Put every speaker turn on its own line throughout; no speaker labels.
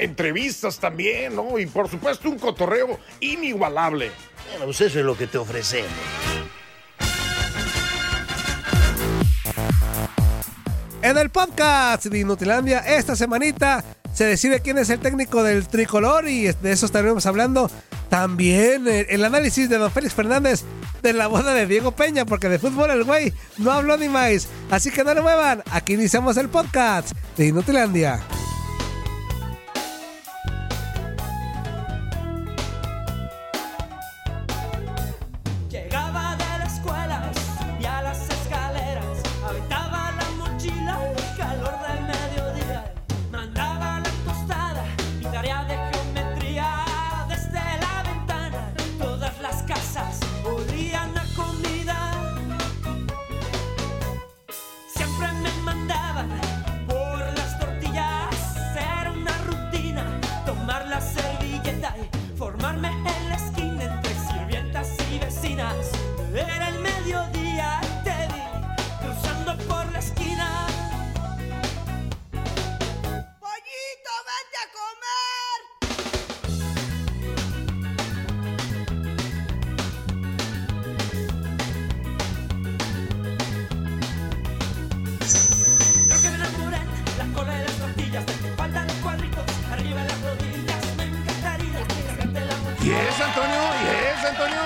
Entrevistas también, ¿no? Y por supuesto un cotorreo inigualable.
Bueno, pues eso es lo que te ofrecemos.
En el podcast de Inutilandia, esta semanita se decide quién es el técnico del tricolor y de eso estaremos hablando. También el, el análisis de don Félix Fernández de la boda de Diego Peña, porque de fútbol el güey no habló ni más. Así que no lo muevan, aquí iniciamos el podcast de Inutilandia.
Llegaba de la escuela y a las escaleras aventaba la mochila el calor del mediodía. Mandaba la tostada y tarea de geometría desde la ventana. Todas las casas olían a comida. Siempre me mandaban por las tortillas. Era una rutina tomar la servilleta y formarme en la esquina entre sirvientas y vecinas. Era el mediodía y te vi cruzando por la esquina. ¡Pollito, vete a comer! Creo que me enamoré, la cola de las tortillas, de tu falda los cuadritos, arriba las rodillas, me encantaría sacarte la
Y
mochila.
es, Antonio, y es, Antonio.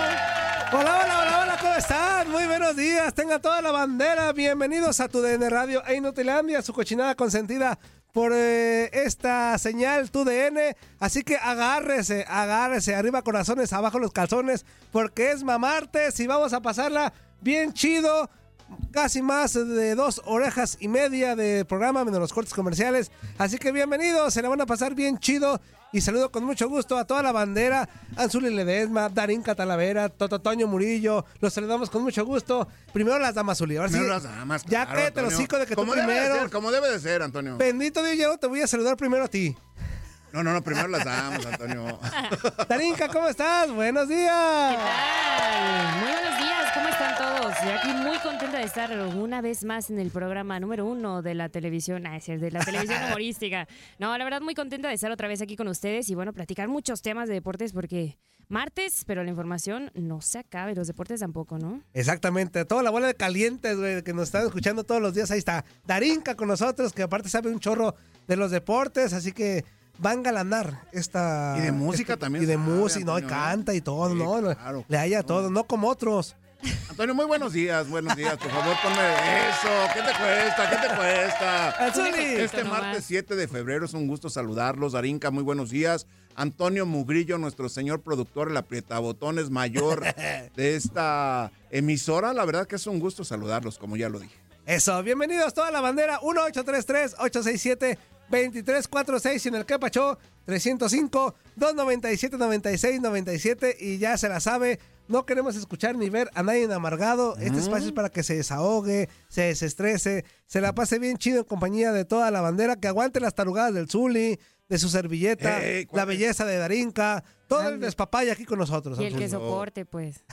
Hola, hola, hola, hola, ¿cómo están? Muy buenos días, tengan toda la bandera. Bienvenidos a tu DN Radio e Inutilandia, su cochinada consentida por eh, esta señal, tu DN. Así que agárrese, agárrese, arriba corazones, abajo los calzones, porque es mamartes y vamos a pasarla bien chido. Casi más de dos orejas y media de programa, menos los cortes comerciales. Así que bienvenidos, se la van a pasar bien chido. Y saludo con mucho gusto a toda la bandera, Anzuli Ledesma, Darín Catalavera, Toto Toño Murillo. Los saludamos con mucho gusto. Primero las damas, Zuli. Ahora sí,
Primero las damas,
Ya
claro,
cállate los
Antonio.
hijos de que tú
como Debe de
primero.
ser, como debe de ser, Antonio.
Bendito Dios, yo no te voy a saludar primero a ti.
No, no, no, primero las damas, Antonio.
Darinka, ¿cómo estás? Buenos días.
tal? Muy buenos días, ¿cómo están todos? Yo aquí muy contenta de estar una vez más en el programa número uno de la televisión, ah, es cierto, de la televisión humorística. No, la verdad muy contenta de estar otra vez aquí con ustedes y bueno, platicar muchos temas de deportes porque martes, pero la información no se acaba y los deportes tampoco, ¿no?
Exactamente, a toda la bola de calientes, güey, que nos están escuchando todos los días. Ahí está Darinka con nosotros, que aparte sabe un chorro de los deportes, así que van a galanar esta.
Y de música
este-
también
Y de
sabe,
música, ¿no? Y
Antonio, ¿no?
canta y todo,
Sí,
¿no?
claro.
Le haya todo, no como otros.
Antonio, muy buenos días, buenos días. Por favor, ponme eso. ¿Qué te cuesta? ¿Qué te cuesta?
Anzuli.
Este martes 7 de febrero es un gusto saludarlos. Darinka, muy buenos días. Antonio Mugrillo, nuestro señor productor, el aprietabotones mayor de esta emisora. La verdad que es un gusto saludarlos, como ya lo dije.
Eso, bienvenidos toda la bandera 1833-867-2346 y en el Capachó 305-297-9697 y ya se la sabe. No queremos escuchar ni ver a nadie amargado. Este espacio
Mm.
es para que se desahogue, se desestrese, se la pase bien chido en compañía de toda la bandera, que aguante las tarugadas del Zuli, de su servilleta,
Ey, ¿cuál
la
es?
belleza de Darinka, todo el despapay aquí con nosotros.
Y el que
Anzuli.
soporte, pues.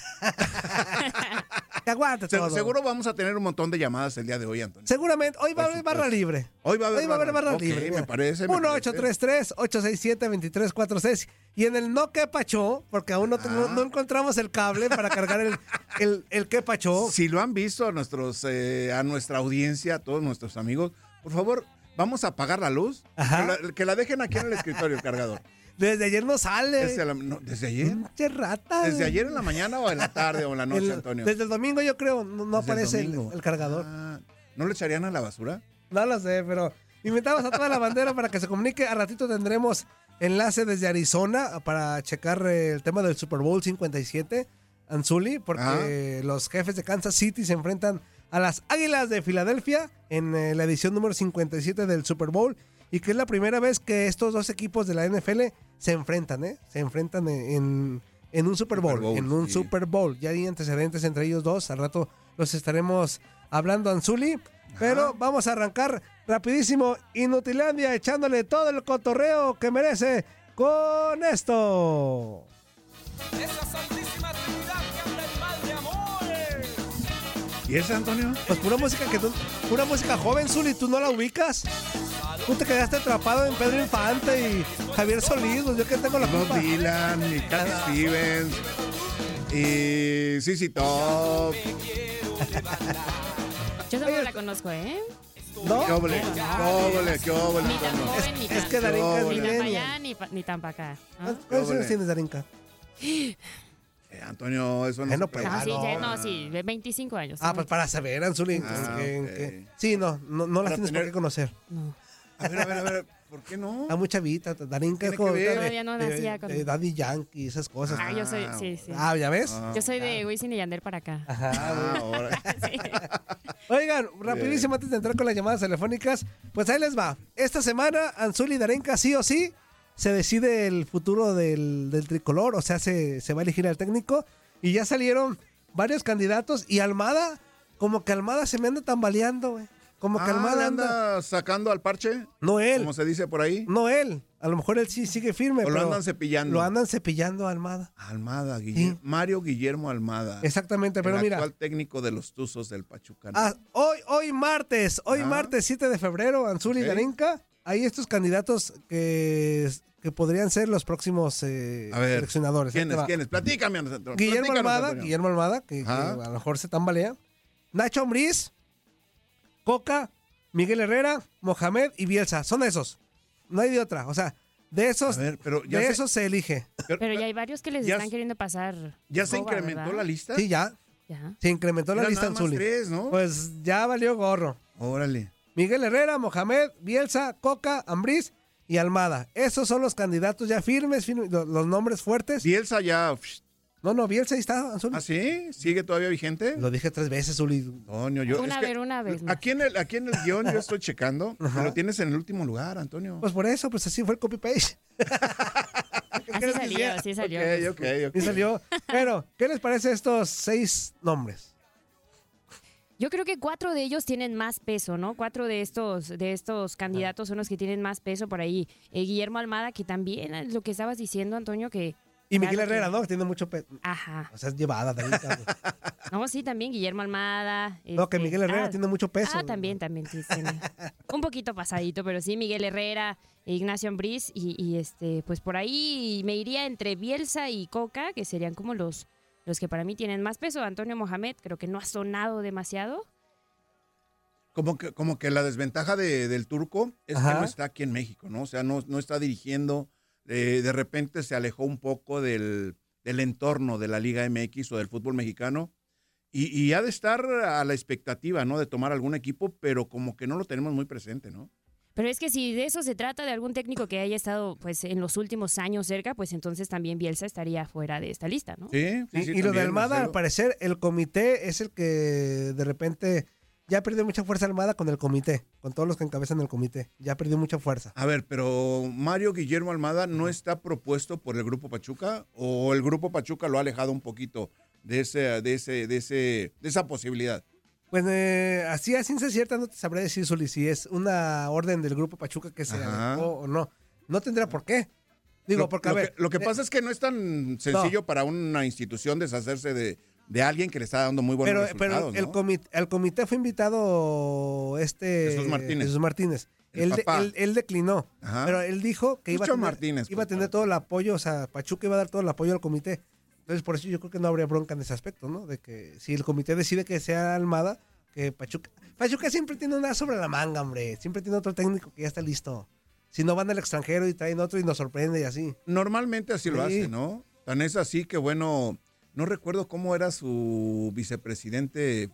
Que aguante
Se-
todo.
seguro vamos a tener un montón de llamadas el día de hoy, Antonio.
Seguramente, hoy va a
Por
haber barra
supuesto.
libre.
Hoy va a haber
Hoy va a haber
barra-
barra
ok,
libre.
me
mira.
parece, me
1-833-867-2346. Y en el no que pachó, porque aún no, te-
Ah.
no- no encontramos el cable para cargar el, el, el que pachó.
Si lo han visto a, nuestros, eh, a nuestra audiencia, a todos nuestros amigos, por favor, vamos a apagar la luz. Que
Ajá.
la, que la dejen aquí en el escritorio, el cargador.
Desde ayer no sale.
Desde, la- no, ¿desde ayer.
Pinche rata.
¿Desde
güey.
ayer en la mañana o en la tarde o en la noche,
El-
Antonio?
Desde el domingo, yo creo, no, no
Desde
aparece el,
domingo.
el cargador.
Ah, ¿No lo echarían a la basura?
No lo sé, pero invitamos a toda la bandera para que se comunique. A ratito tendremos enlace desde Arizona para checar eh, el tema del Super Bowl 57, Anzuli, porque
Ah.
eh, los jefes de Kansas City se enfrentan a las Águilas de Filadelfia en eh, la edición número 57 del Super Bowl y que es la primera vez que estos dos equipos de la NFL se enfrentan, ¿eh? Se enfrentan en, en- en un Super Bowl,
Super Bowl,
en un
sí.
Super Bowl. Ya hay antecedentes entre ellos dos, al rato los estaremos hablando Anzuli, pero vamos a arrancar rapidísimo Inutilandia echándole todo el cotorreo que merece con esto.
Es la Santísima Trinidad que habla el mal de amores.
¿Y ese, Antonio?
Pues pura música que tú, pura música joven, Zuli, tú no la ubicas. Tú te quedaste atrapado en Pedro Infante y Javier Solís, pues, yo que tengo la
Bob
culpa.
Dylan, y Cat Stevens, y Sissy Top.
Yo tampoco la conozco, ¿eh?
¿Qué
¿No?
óvole? ¿Qué óvole? ¿Qué óvole,
Ni tan
Antonio?
joven, ni tan,
Es que Darinka es
Yo,
ni tan para allá,
millennial.
ni, pa- ni tan para acá. ¿no?
¿Cuántos años tienes, Darinka?
Eh, Antonio, eso no
Bueno,
se
pues,
No,
perdona.
Ah,
sí, ya-
no.
no, sí, de 25 años.
Ah, pues para saber, Anzuli.
Ah,
en qué- en
ok.
qué- Sí, no, no, no las
Para
tienes por
tener-
qué conocer.
A ver, a ver, a ver, ¿por qué no?
Está muy chavita, Darinka
Tiene
es
que
como
ver.
ahorita
Todavía no nacía
de-
con-
de Daddy Yankee, esas cosas.
Ah, yo soy, sí, sí.
Ah, ¿ya ves?
yo soy de Wisin y Yander para acá.
Ah, ahora.
Oigan, rapidísimo antes de entrar con las llamadas telefónicas, pues ahí les va. Esta semana, Anzuli y Darenka sí o sí se decide el futuro del, del tricolor, o sea, se, se va a elegir al técnico y ya salieron varios candidatos y Almada, como que Almada se me anda tambaleando, güey. Como que Almada
Ah,
anda...
anda sacando al parche,
No él,
como se dice por ahí.
no él. A lo mejor él sí sigue firme,
O lo
pero
andan cepillando.
Lo andan cepillando a Almada.
Almada, Guille-
Sí.
Mario Guillermo Almada.
Exactamente, pero
el
mira...
actual técnico de los Tuzos del Pachuca.
Ah, hoy, hoy martes, hoy
Ah.
martes 7 de febrero, Anzuli y
Ok.
Darinka, hay estos candidatos que, que podrían ser los próximos eh,
a ver,
seleccionadores. Ahí te
¿quiénes?
va.
¿Quiénes? Platícame, Antonio.
Guillermo
Platícanos,
Almada,
Antonio.
Guillermo Almada, que, que
Ajá.
a lo mejor se tambalea. Nacho Ambriz, Coca, Miguel Herrera, Mohamed y Bielsa. Son esos. No hay de otra. O sea, de esos,
A ver, pero ya
de
se-
esos se elige.
Pero ya hay varios que les
Ya
están
se-
queriendo pasar.
¿Ya se
boba,
incrementó
¿verdad?
la lista?
Sí, ya.
Ya.
Se incrementó la
Eran
lista
nada más
Anzuli.
tres, ¿no?
Pues ya valió gorro.
Órale.
Miguel Herrera, Mohamed, Bielsa, Coca, Ambriz y Almada. Esos son los candidatos ya firmes, firmes, lo- los, nombres fuertes.
Bielsa ya. psh,
No, no, Bielsa ahí está, Anzuli.
¿Ah, sí? ¿Sigue todavía vigente?
Lo dije tres veces, Zuli.
Antonio, yo.
Una
es que-
vez, una vez más.
Aquí en el, aquí en el guión yo estoy checando.
Ajá.
Lo tienes en el último lugar, Antonio.
Pues por eso, pues así fue el copy-paste.
Así salió, así salió.
Ok, ok, ok.
Y salió. Pero, ¿qué les parece estos seis nombres?
Yo creo que cuatro de ellos tienen más peso, ¿no? Cuatro de estos, de estos candidatos son los que tienen más peso por ahí. Eh, Guillermo Almada, que también eh, lo que estabas diciendo, Antonio, que.
Y
Claro
Miguel
que-
Herrera, ¿no? Que tiene mucho peso.
Ajá.
O sea, es llevada, Darinka, güey.
No, sí, también Guillermo Almada.
No, que
este,
Miguel Herrera
ah,
tiene mucho peso.
Ah, también, también. sí, tiene. un poquito pasadito, pero sí, Miguel Herrera, Ignacio Ambriz y, y, este, pues por ahí me iría entre Bielsa y Coca, que serían como los, los que para mí tienen más peso. Antonio Mohamed, creo que no ha sonado demasiado.
Como que, como que la desventaja de- del turco es
Ajá.
que no está aquí en México, ¿no? O sea, no, no está dirigiendo. eh, de repente se alejó un poco del, del entorno de la Liga MX o del fútbol mexicano. Y, y ha de estar a la expectativa, ¿no? De tomar algún equipo, pero como que no lo tenemos muy presente, ¿no?
Pero es que si de eso se trata, de algún técnico que haya estado pues en los últimos años cerca, pues entonces también Bielsa estaría fuera de esta lista, ¿no?
Sí, sí,
y,
sí,
y lo de
también,
Almada, al
Marcelo.
parecer, el comité es el que de repente ya perdió mucha fuerza Almada con el comité, con todos los que encabezan el comité. Ya perdió mucha fuerza.
A ver, pero Mario Guillermo Almada no está propuesto por el Grupo Pachuca o el Grupo Pachuca lo ha alejado un poquito de ese, de ese, de ese, de esa posibilidad.
Pues eh, así a ciencia cierta no te sabré decir, Zuli, si es una orden del grupo Pachuca que se
Ajá.
alejó o no. No tendría por qué. Digo,
lo,
porque
lo
a ver. eh,
que, lo que pasa es que no es tan sencillo
No.
para una institución deshacerse de, de alguien que le está dando muy buenos
pero, eh, pero
resultados.
el,
¿no?
comité, el comité fue invitado este
Jesús Martínez.
Jesús Martínez.
El
él, de-
papá.
él- él declinó,
Ajá.
pero él dijo que iba a
Chucho
tener,
Martínez,
iba a
pues,
tener
claro.
todo el apoyo, o sea, Pachuca iba a dar todo el apoyo al comité. Entonces, por eso yo creo que no habría bronca en ese aspecto, ¿no? De que si el comité decide que sea Almada, que Pachuca... Pachuca siempre tiene una sobre la manga, hombre. Siempre tiene otro técnico que ya está listo. si no van al extranjero y traen otro y nos sorprende y así.
Normalmente así
Sí.
lo hace, ¿no? Tan es así que, bueno, no recuerdo cómo era su vicepresidente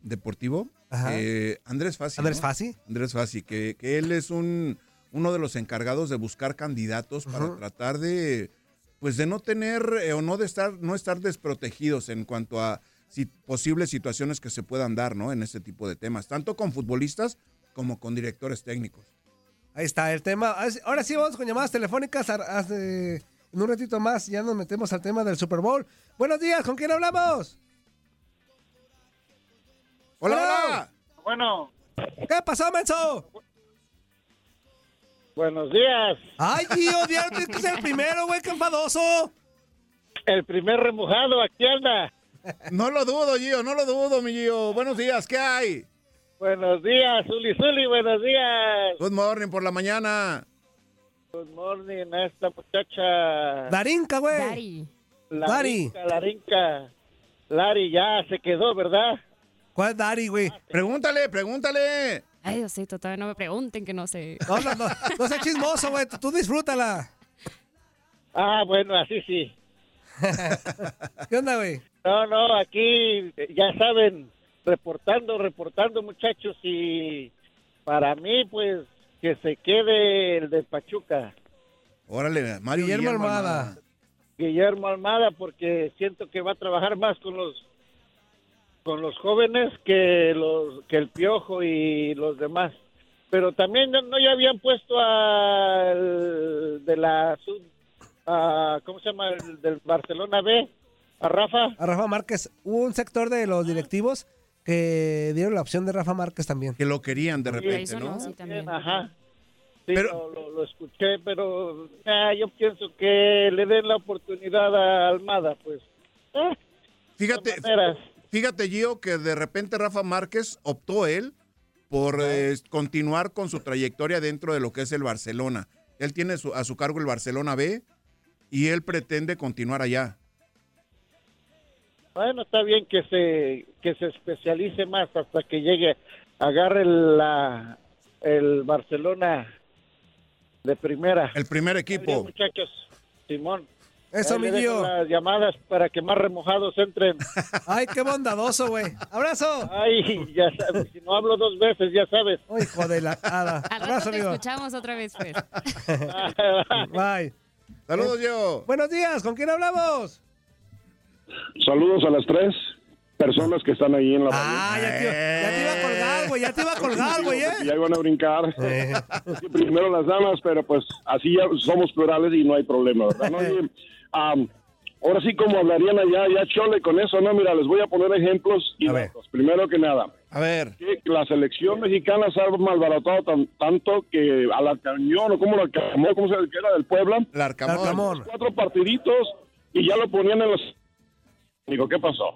deportivo,
Ajá.
eh, Andrés Fassi.
Andrés
¿no?
Fassi.
Andrés Fassi, que, que él es un, uno de los encargados de buscar candidatos para tratar de, pues de no tener eh, o no de estar, no estar desprotegidos en cuanto a si- posibles situaciones que se puedan dar, ¿no? En este tipo de temas, tanto con futbolistas como con directores técnicos.
Ahí está el tema. Ahora sí vamos con llamadas telefónicas. Ar- haz, eh, En un ratito más ya nos metemos al tema del Super Bowl. Buenos días, ¿con quién hablamos?
Hola,
Hola.
hola.
Bueno,
¿Qué pasó, Menso?
buenos días.
Ay, Gio, diablo, tienes que ser el primero, güey, qué enfadoso.
El primer remojado, aquí anda.
No lo dudo, Gio, no lo dudo, mi Gio. Buenos días, ¿qué hay?
Buenos días, Zuli Zuli, buenos días.
Good morning por la mañana.
Good morning a esta muchacha.
Darinka, güey.
Dari.
Lari.
Larinca, Larinca. Lari ya se quedó, ¿verdad?
¿Cuál es Dari, güey?
Pregúntale, pregúntale.
Ay, Diosito, todavía no me pregunten que no sé.
No, no, no, no seas chismoso, güey, tú, tú disfrútala.
Ah, bueno, así sí.
¿Qué onda, güey?
No, no, aquí eh, ya saben, reportando, reportando muchachos y para mí pues que se quede el de Pachuca.
Órale, Mario
Guillermo Armada.
Guillermo Almada porque siento que va a trabajar más con los con los jóvenes que los que el piojo y los demás. Pero también no, no ya habían puesto al de la sub- a- ¿cómo se llama? El del Barcelona B a Rafa.
A Rafa Márquez, hubo un sector de los directivos que dieron la opción de Rafa Márquez también.
Que lo querían de
Sí,
repente,
eso
¿no?
no. Sí, también.
Ajá. Sí,
Pero-
lo, lo- lo escuché, pero ah, yo pienso que le den la oportunidad a Almada, pues. Ah,
Fíjate,
de todas maneras.
fíjate, Gio, que de repente Rafa Márquez optó él por eh, continuar con su trayectoria dentro de lo que es el Barcelona. Él tiene su- a su cargo el Barcelona B y él pretende continuar allá.
Bueno, está bien que se que se especialice más hasta que llegue, agarre la el Barcelona de primera.
El primer equipo.
Adiós, muchachos. Simón.
Eso,
Ahí
mi
le dejo
Gio.
Las llamadas para que más remojados entren.
Ay, qué bondadoso, güey. Abrazo.
Ay, ya sabes, si no hablo dos veces, ya sabes.
Oh, hijo de la hada.
Al rato
Abrazo,
te
amigo.
escuchamos otra vez, Fer.
Bye.
Saludos, Gio.
Buenos días, ¿con quién hablamos?
Saludos a las tres personas que están ahí en la radio.
Ah, ya te, iba- ya te iba a colgar, güey, ya te iba a colgar, güey,
Y
¿eh?
ahí van a brincar. Es que Primero las damas, pero pues así ya somos plurales y no hay problema, ¿verdad? No, Oye, am, ahora sí, como hablarían allá, ya chole con eso, ¿no? Mira, les voy a poner ejemplos y
A ver.
datos. Primero que nada,
A ver.
que la selección mexicana se ha malbaratado tan- tanto que a la cañón, o como la cañón, como se que era del Puebla,
El Arcamón.
Ramón.
cuatro partiditos y ya lo ponían en los... Digo, ¿qué pasó?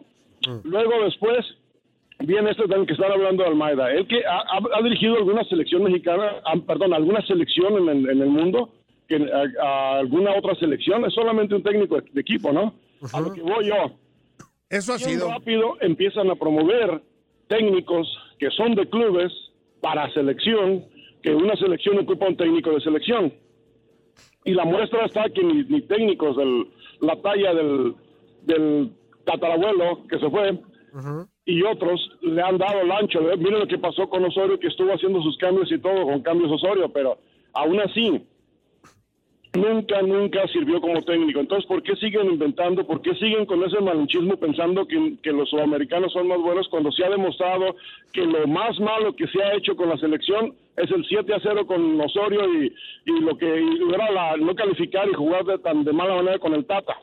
Luego después viene este del que están hablando de Almeida. Él que ha, ha- ha dirigido alguna selección mexicana, ah, perdón, alguna selección en el, en el mundo, que, a- a alguna otra selección, es solamente un técnico de, de equipo, ¿no? A lo que voy yo,
Eso ha
bien
sido.
rápido empiezan a promover técnicos que son de clubes para selección, que una selección ocupa un técnico de selección. Y la muestra está que ni, ni técnicos de la talla del, del tatarabuelo que se fue y otros le han dado el ancho. Eh, Miren lo que pasó con Osorio, que estuvo haciendo sus cambios y todo con cambios Osorio, pero aún así, nunca, nunca sirvió como técnico. Entonces, ¿por qué siguen inventando? ¿Por qué siguen con ese malinchismo pensando que, que los sudamericanos son más buenos cuando se ha demostrado que lo más malo que se ha hecho con la selección es el 7 a 0 con Osorio y, y lo que y era la- no calificar y jugar de tan de mala manera con el Tata?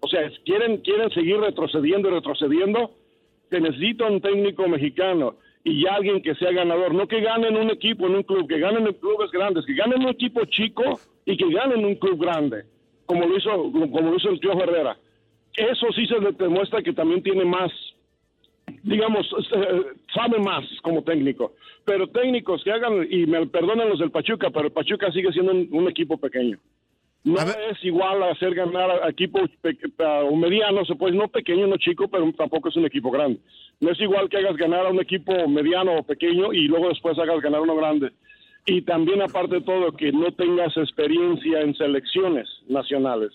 O sea, es- quieren, quieren seguir retrocediendo y retrocediendo. Se necesita un técnico mexicano y ya alguien que sea ganador. No que gane en un equipo, en un club, que ganen en clubes grandes, que ganen en un equipo chico y que ganen en un club grande, como lo hizo, como lo hizo el tío Herrera. Eso sí se le demuestra que también tiene más, digamos, eh, sabe más como técnico. Pero técnicos que hagan, y me perdonan los del Pachuca, pero el Pachuca sigue siendo un- un equipo pequeño. No
A ver.
es igual a hacer ganar a equipos pe- a- o medianos, pues no pequeño, no chico, pero tampoco es un equipo grande. No es igual que hagas ganar a un equipo mediano o pequeño y luego después hagas ganar a uno grande. y también aparte de todo que no tengas experiencia en selecciones nacionales,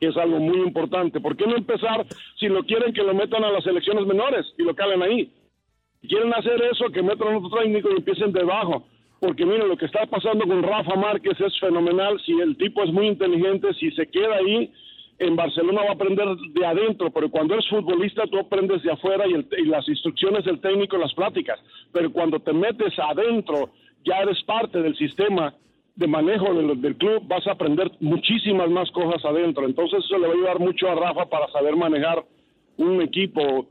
que es algo muy importante. ¿Por qué no empezar si lo quieren que lo metan a las selecciones menores y lo calen ahí? Si quieren hacer eso, que metan otro técnico y empiecen debajo. Porque miren, lo que está pasando con Rafa Márquez es fenomenal. Si el tipo es muy inteligente, si se queda ahí, en Barcelona va a aprender de adentro, pero cuando eres futbolista tú aprendes de afuera y, el- y las instrucciones del técnico, las pláticas, pero cuando te metes adentro ya eres parte del sistema de manejo del, del club, vas a aprender muchísimas más cosas adentro, entonces eso le va a ayudar mucho a Rafa para saber manejar un equipo,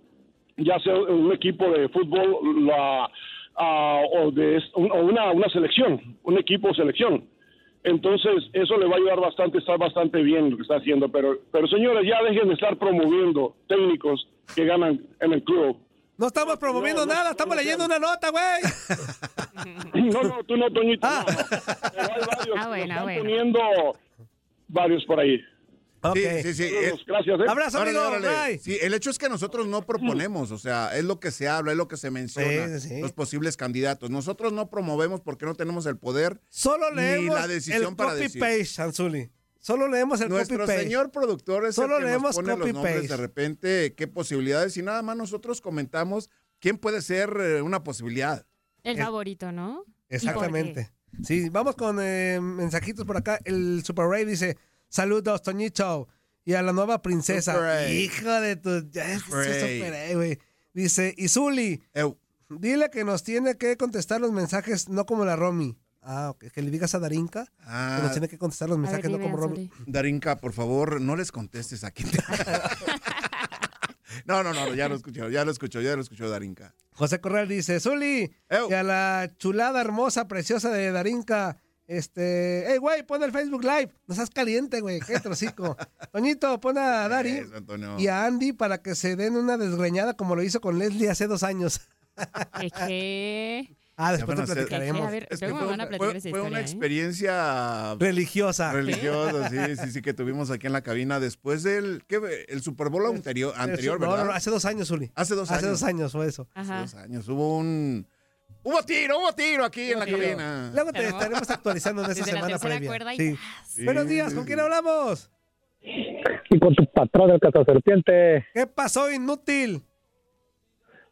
ya sea un equipo de fútbol la- ah, o de es- un- o una, una selección, un equipo o selección. Entonces, eso le va a ayudar bastante, está bastante bien lo que está haciendo. Pero, pero señores, ya dejen de estar promoviendo técnicos que ganan en el club.
No estamos promoviendo nada, estamos leyendo una nota, güey.
No, no, tú no, Toñito.
Ah.
no. Pero hay varios,
Ah, bueno,
lo están
bueno.
poniendo varios por ahí.
Sí, sí, sí.
Saludos, gracias, ¿eh? Abrazo,
Órale,
amigo,
órale.
bye.
Sí, el hecho es que nosotros no proponemos, o sea, es lo que se habla, es lo que se menciona,
Sí, sí.
los posibles candidatos. Nosotros no promovemos porque no tenemos el poder
Solo
ni
leemos
la decisión
el
para decir.
copy-paste, Anzuli. Solo leemos el
Nuestro
copy-paste.
señor productor es
Solo
el que
leemos
nos pone los nombres de
copy-paste.
repente, qué posibilidades, y nada más nosotros comentamos quién puede ser eh, una posibilidad.
Eh,
El favorito, ¿no? ¿Y
Exactamente. Sí, vamos con eh, mensajitos por acá. El Super Ray dice, saludos, Toñito. Y a la nueva princesa.
Super Ray.
Hijo de tu... ya, ese
Super Ray.
Super Ray, güey. Dice, Izuli,
Eu.
dile que nos tiene que contestar los mensajes, no como la Romy. Ah, ok. Que le digas a Darinka que
Ah,
nos tiene que contestar los
por qué? A ver,
mensajes, no
dime,
como Romy.
Anzuli.
Darinka, por favor, no les contestes aquí. no, no, no, ya lo escuchó, ya lo escuchó, ya lo escuchó Darinka.
José Corral dice, Zuli,
Ew.
y a la chulada, hermosa, preciosa de Darinka, este, hey, güey, pon el Facebook Live, no seas caliente, güey, qué trocico. Toñito, pon a Dari
Eso, Antonio.
y a Andy para que se den una desgreñada como lo hizo con Leslie hace dos años.
¿Qué, qué?
Ah,
Ya
después
van
te
a ser-
A
platicaremos.
ver,
Es que
luego me
fue,
van a
fue-
platicar esa
fue
historia,
una
¿eh?
experiencia
Religiosa.
religiosa, sí, sí, sí, que tuvimos aquí en la cabina después del ¿qué? el Super Bowl anterior, anterior
No,
¿verdad?
no, no, hace dos años, Zuli.
hace dos
Hace
años.
dos años fue eso.
Hace
Ajá.
dos años. Hubo un. Hubo tiro, hubo tiro aquí en la cabina.
Luego te
Pero-
estaremos actualizando en esta
Desde la
semana
tercera
previa.
cuerda y-
Sí. Buenos días, ¿con quién hablamos?
Y con tu patrón, el Serpiente.
¿Qué pasó, inútil?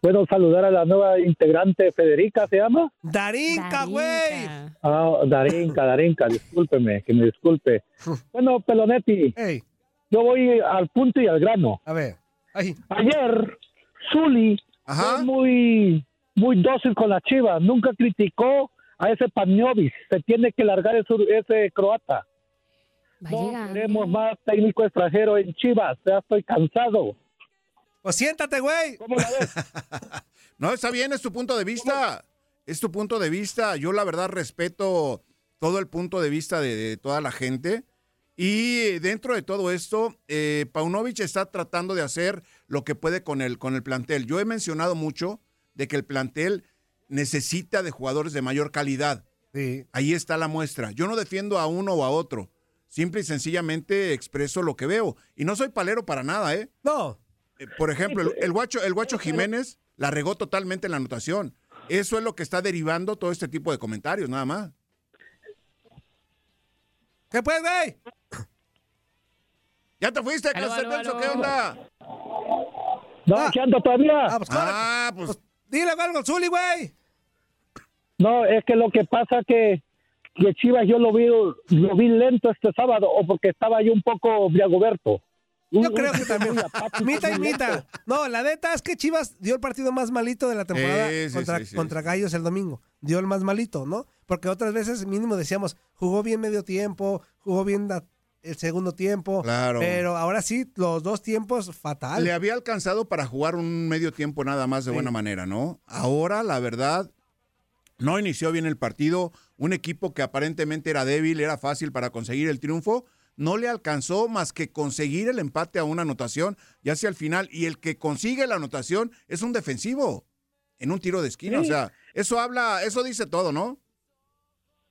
Bueno, saludar a la nueva integrante, Federica, ¿se llama?
Darinka, güey.
Darinka.
Ah, Darinka, Darinka, discúlpeme, que me disculpe. Bueno, Pelonetti,
Ey,
yo voy al punto y al grano.
a ver. Ay,
Ayer, Zuli
Ajá.
fue muy, muy dócil con la chiva. Nunca criticó a ese Paniovis. Se tiene que largar ese, ese croata. No
Vallega.
queremos más técnico extranjero en Chivas. Ya estoy cansado.
pues siéntate, güey.
¿Cómo la ves?
No, está bien, es tu punto de vista. Es tu punto de vista. Yo la verdad respeto todo el punto de vista de, de toda la gente. Y eh, dentro de todo esto, eh, Paunovic está tratando de hacer lo que puede con el, con el plantel. Yo he mencionado mucho de que el plantel necesita de jugadores de mayor calidad.
Sí.
Ahí está la muestra. Yo no defiendo a uno o a otro. Simple y sencillamente expreso lo que veo. Y no soy palero para nada, ¿eh?
No,
Eh, Por ejemplo, el, el guacho, el guacho Jiménez la regó totalmente en la anotación. Eso es lo que está derivando todo este tipo de comentarios, nada más.
¿Qué pues, güey?
¿Ya te fuiste,
Aló,
Carlos
aló,
Alonso?
aló.
¿Qué onda?
No,
Ah.
¿qué ando todavía?
Ah, pues, córrele.
Ah, pues
Dile algo al Zuli, güey.
No, es que lo que pasa que, que Chivas yo lo vi lo vi lento este sábado o porque estaba yo un poco Briagoberto.
Yo creo que también. Mita y mita. No, la neta es que Chivas dio el partido más malito de la temporada
Sí, sí,
contra,
sí, sí,
contra
sí.
Gallos el domingo. Dio el más malito, ¿no? Porque otras veces mínimo decíamos, jugó bien medio tiempo, jugó bien la- el segundo tiempo.
Claro.
Pero ahora sí, los dos tiempos fatal.
le había alcanzado para jugar un medio tiempo nada más de buena manera, ¿no? Ahora, la verdad, no inició bien el partido. Un equipo que aparentemente era débil, era fácil para conseguir el triunfo. No le alcanzó más que conseguir el empate a una anotación, ya sea al final. Y el que consigue la anotación es un defensivo en un tiro de esquina. O sea, eso habla, eso dice todo, ¿no?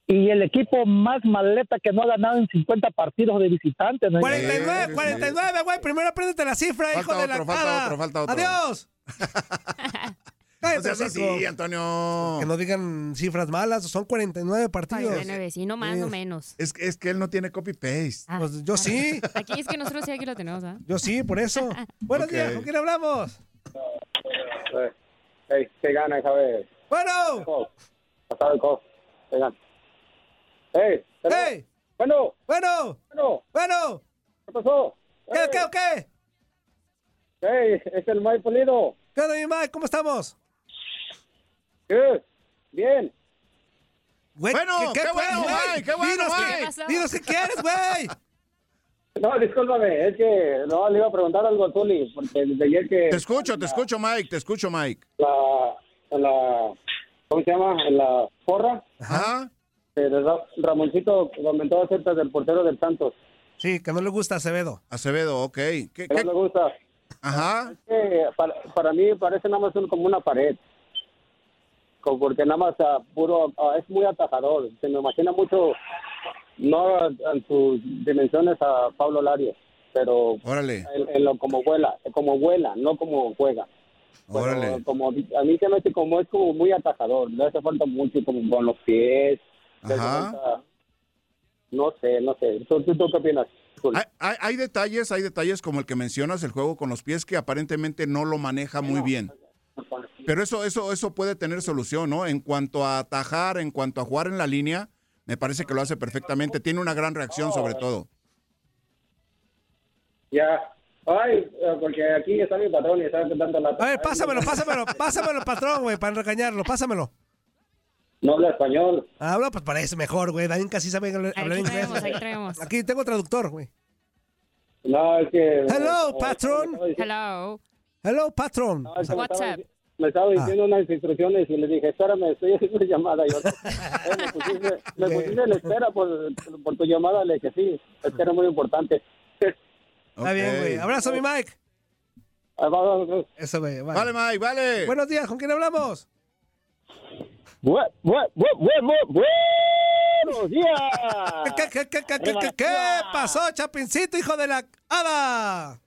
Y el equipo más maleta que no ha ganado en 50 partidos de visitantes. ¿no?
49,
Sí,
49, güey. Primero apréndete la cifra,
Falta
hijo de la
otro, falta
cara.
otro, falta otro.
Adiós. de
No seas
Tampico.
así, Antonio.
Que no digan cifras malas, son 49 partidos.
49, sí, no más, no
Sí.
menos.
Es, que- es que él no tiene copy-paste.
Pues yo sí,
Aquí es que nosotros sí aquí lo tenemos, ¿ah?
yo sí, por eso. Buenos
Ok.
días, ¿con quién hablamos?
Eh, Hey, se gana esa vez.
Bueno,
Pasado el cof. Se gana. Hey,
hey,
Bueno,
bueno,
bueno,
bueno,
¿qué pasó?
¿qué, qué, qué?
Hey, es el Mike Pulido.
¿Qué onda, mi Mike? ¿Cómo estamos?
Good. Bien.
Güey,
Bueno, qué
fue,
bueno, Mike, qué bueno,
Dinos,
Mike.
qué-
¿Qué pasó?
dinos qué quieres, güey.
No, discúlpame, es que no le iba a preguntar algo a Tuli, porque desde ayer que
Te escucho, te escucho, Mike, te escucho, Mike.
la, la, ¿cómo se llama? La porra,
Ajá.
eh, de Ra- Ramoncito comentó acerca del portero del Santos.
Sí, que no le gusta a Acevedo.
Acevedo, ok. ¿Qué-
Que no
qué-
me gusta.
Ajá.
Eh, para, para mí parece nada más un- como una pared. Como porque nada más ah, puro, ah, es muy atajador. Se me imagina mucho, no a- en sus dimensiones a Pablo Larios, pero
Órale,
en, en lo como vuela, como vuela, no como juega. Pero
órale.
como a mí se me hace como es como muy atajador, le hace falta mucho como con los pies. le hace
Ajá.
falta- no sé, no sé. ¿Tú, tú, tú qué opinas? Juli?
Hay, hay- hay detalles, hay detalles como el que mencionas, el juego con los pies, que aparentemente no lo maneja muy bien. Pero eso, eso, eso puede tener solución, ¿no? En cuanto a atajar, en cuanto a jugar en la línea, me parece que lo hace perfectamente. Tiene una gran reacción sobre todo.
Ya. Ah, Ay, eh, porque aquí está mi patrón y está dando la...
A ver, pásamelo, pásamelo, pásamelo, patrón, güey, para regañarlo, pásamelo.
No habla español.
Ah, no, pues parece mejor, güey. Darín casi sabe hablar hablar
Aquí
inglés.
traemos,
güey.
aquí traemos.
Aquí tengo traductor, güey.
No, es que...
Hello,
eh,
patrón.
me estaba diciendo-
Hello.
Hello, patrón.
no, Ah, es que me
What's
estaba
up?
dic- Me estaba diciendo unas instrucciones y le dije, espérame, estoy haciendo una llamada. Y yo, eh, me pusiste, me pusiste en espera por, por tu llamada. Le dije, sí, es que era muy importante.
Está bien,
Ok.
güey. Abrazo, mi Mike.
Ah, va, va, va.
Eso, güey. vale.
Vale, Mike, vale.
Buenos días, ¿con quién hablamos?
Bue- bue- bue- bue- bue- Buenos días.
¿Qué, qué, qué, qué, qué,
Arriba
qué,
la
qué
chiva.
pasó, Chapincito, hijo de la hada?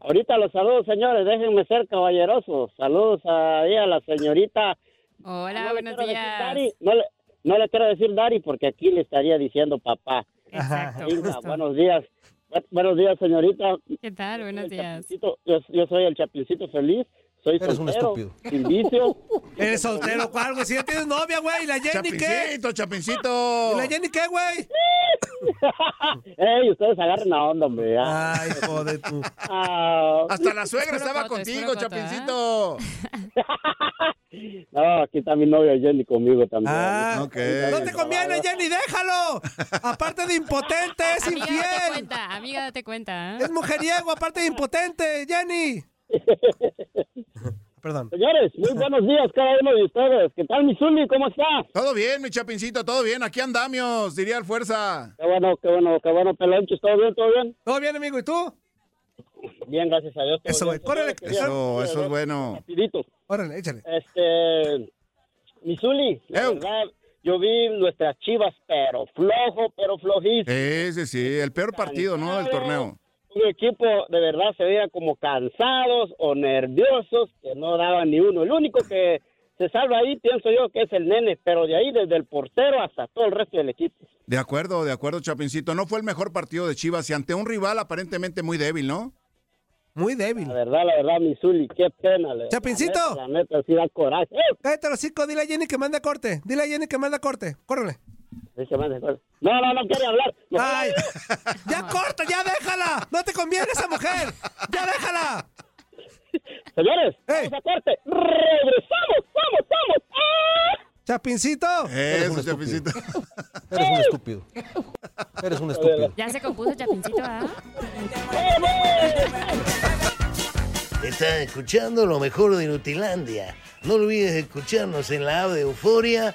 Ahorita los saludos, señores. Déjenme ser caballerosos. Saludos a, ahí a la señorita.
Hola,
No le
buenos
quiero decir
días.
Dari, no, le, no le quiero decir Dari porque aquí le estaría diciendo papá.
Exacto.
Linda,
justo.
buenos días. Bu- Buenos días, señorita.
¿Qué tal? Buenos
El
días.
Chapincito, Yo, yo soy el chapincito feliz. Soy
Eres un
soltero,
estúpido.
sin vicios.
Eres soltero, ¿cuál, güey? Si ya tienes novia, güey. ¿Y la Jenny qué?
Chapincito,
¿Y
chapincito.
la Jenny qué, güey?
Ey, ustedes agarren la onda, hombre. ya.
Ay, hijo de tu.
Ah,
Hasta la suegra
Puro
estaba
coto, es puro
contigo,
coto, ¿eh?
chapincito.
no, aquí está mi novia Jenny conmigo también.
Ah,
Ok.
no te conviene, Jenny, déjalo. Aparte de impotente, es
Amiga, date
infiel.
cuenta, amiga, date cuenta. ¿eh?
Es mujeriego, aparte de impotente, Jenny. Perdón.
Señores, muy buenos días cada uno de ustedes. ¿Qué tal, Mizuli? ¿Cómo está?
Todo bien, mi chapincito, todo bien. Aquí andamos, diría el fuerza.
Qué bueno, qué bueno, qué bueno, Pelonchis. ¿Todo bien, todo bien?
¿Todo bien, amigo? ¿Y tú?
Bien, gracias a Dios. todo
Eso,
bien.
güey. Córrele,
Señores, quería-
Eso, eso es bueno.
Rapidito.
Órale, échale.
Este, Mizuli, la
Ew.
verdad, yo vi nuestras chivas, pero flojo, pero flojito.
Sí, sí, sí. El peor partido, ¿no? Del torneo.
Un equipo de verdad se veía como cansados o nerviosos, que no daban ni uno. El único que se salva ahí, pienso yo, que es el nene, pero de ahí, desde el portero hasta todo el resto del equipo.
De acuerdo, de acuerdo, Chapincito. No fue el mejor partido de Chivas y ante un rival aparentemente muy débil, ¿no?
Muy
La
débil.
verdad, la verdad, Mizuli, qué pena. la-
Chapincito.
La neta, la neta, sí da coraje. ¡Eh!
Cállate, hocico, dile a Jenny que manda corte. Dile a Jenny que manda corte. Córrele.
Sí, se me hace coraje. No, no, no quiere hablar. Mejor-
¡Ay! ¡Ya corta! ¡Ya déjala! ¡No te conviene esa mujer! ¡Ya déjala!
Señores,
Ey.
vamos a corte. Regresamos, vamos, vamos. ¡Ah!
¡Chapincito!
Eso,
un estúpido.
Chapincito.
Eres un estúpido. Eres un estúpido.
Ya se compuso Chapincito, ¿ah?
Estás escuchando lo mejor de Inutilandia. No olvides escucharnos en la app de Euforia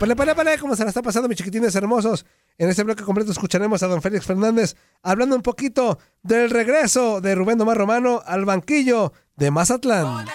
Pale, pale, pale, ¿cómo se la está pasando, mis chiquitines hermosos? En este bloque completo escucharemos a don Félix Fernández hablando un poquito del regreso de Rubén Omar Romano al banquillo de Mazatlán.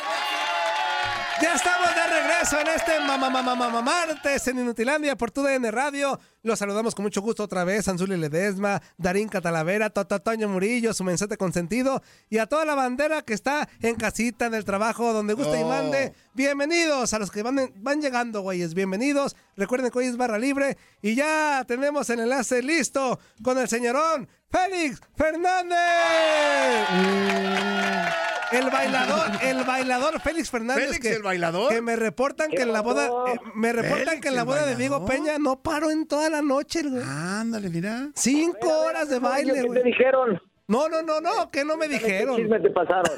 Ya estamos de regreso en este mamá, mamá, mamá, martes en Inutilandia por TUDN Radio. Los saludamos con mucho gusto otra vez, Anzuli Ledesma, Darín Catalavera, Toto Toño Murillo, su mensete consentido y a toda la bandera que está en casita, en el trabajo, donde gusta y
No.
mande. Bienvenidos a los que van, van llegando, güeyes. Bienvenidos. Recuerden que hoy es barra libre y ya tenemos el enlace listo con el señorón Félix Fernández. El bailador, el bailador Félix Fernández.
Félix,
que,
el bailador.
Que me reportan que en la boda, eh, me reportan
Félix,
que en la
el
boda de Diego
bailador.
Peña no paró en toda la noche, el güey.
Ándale, mira.
Cinco horas de baile,
¿qué te
güey.
dijeron?
No, no, no, no, que no me dijeron.
chisme te pasaron?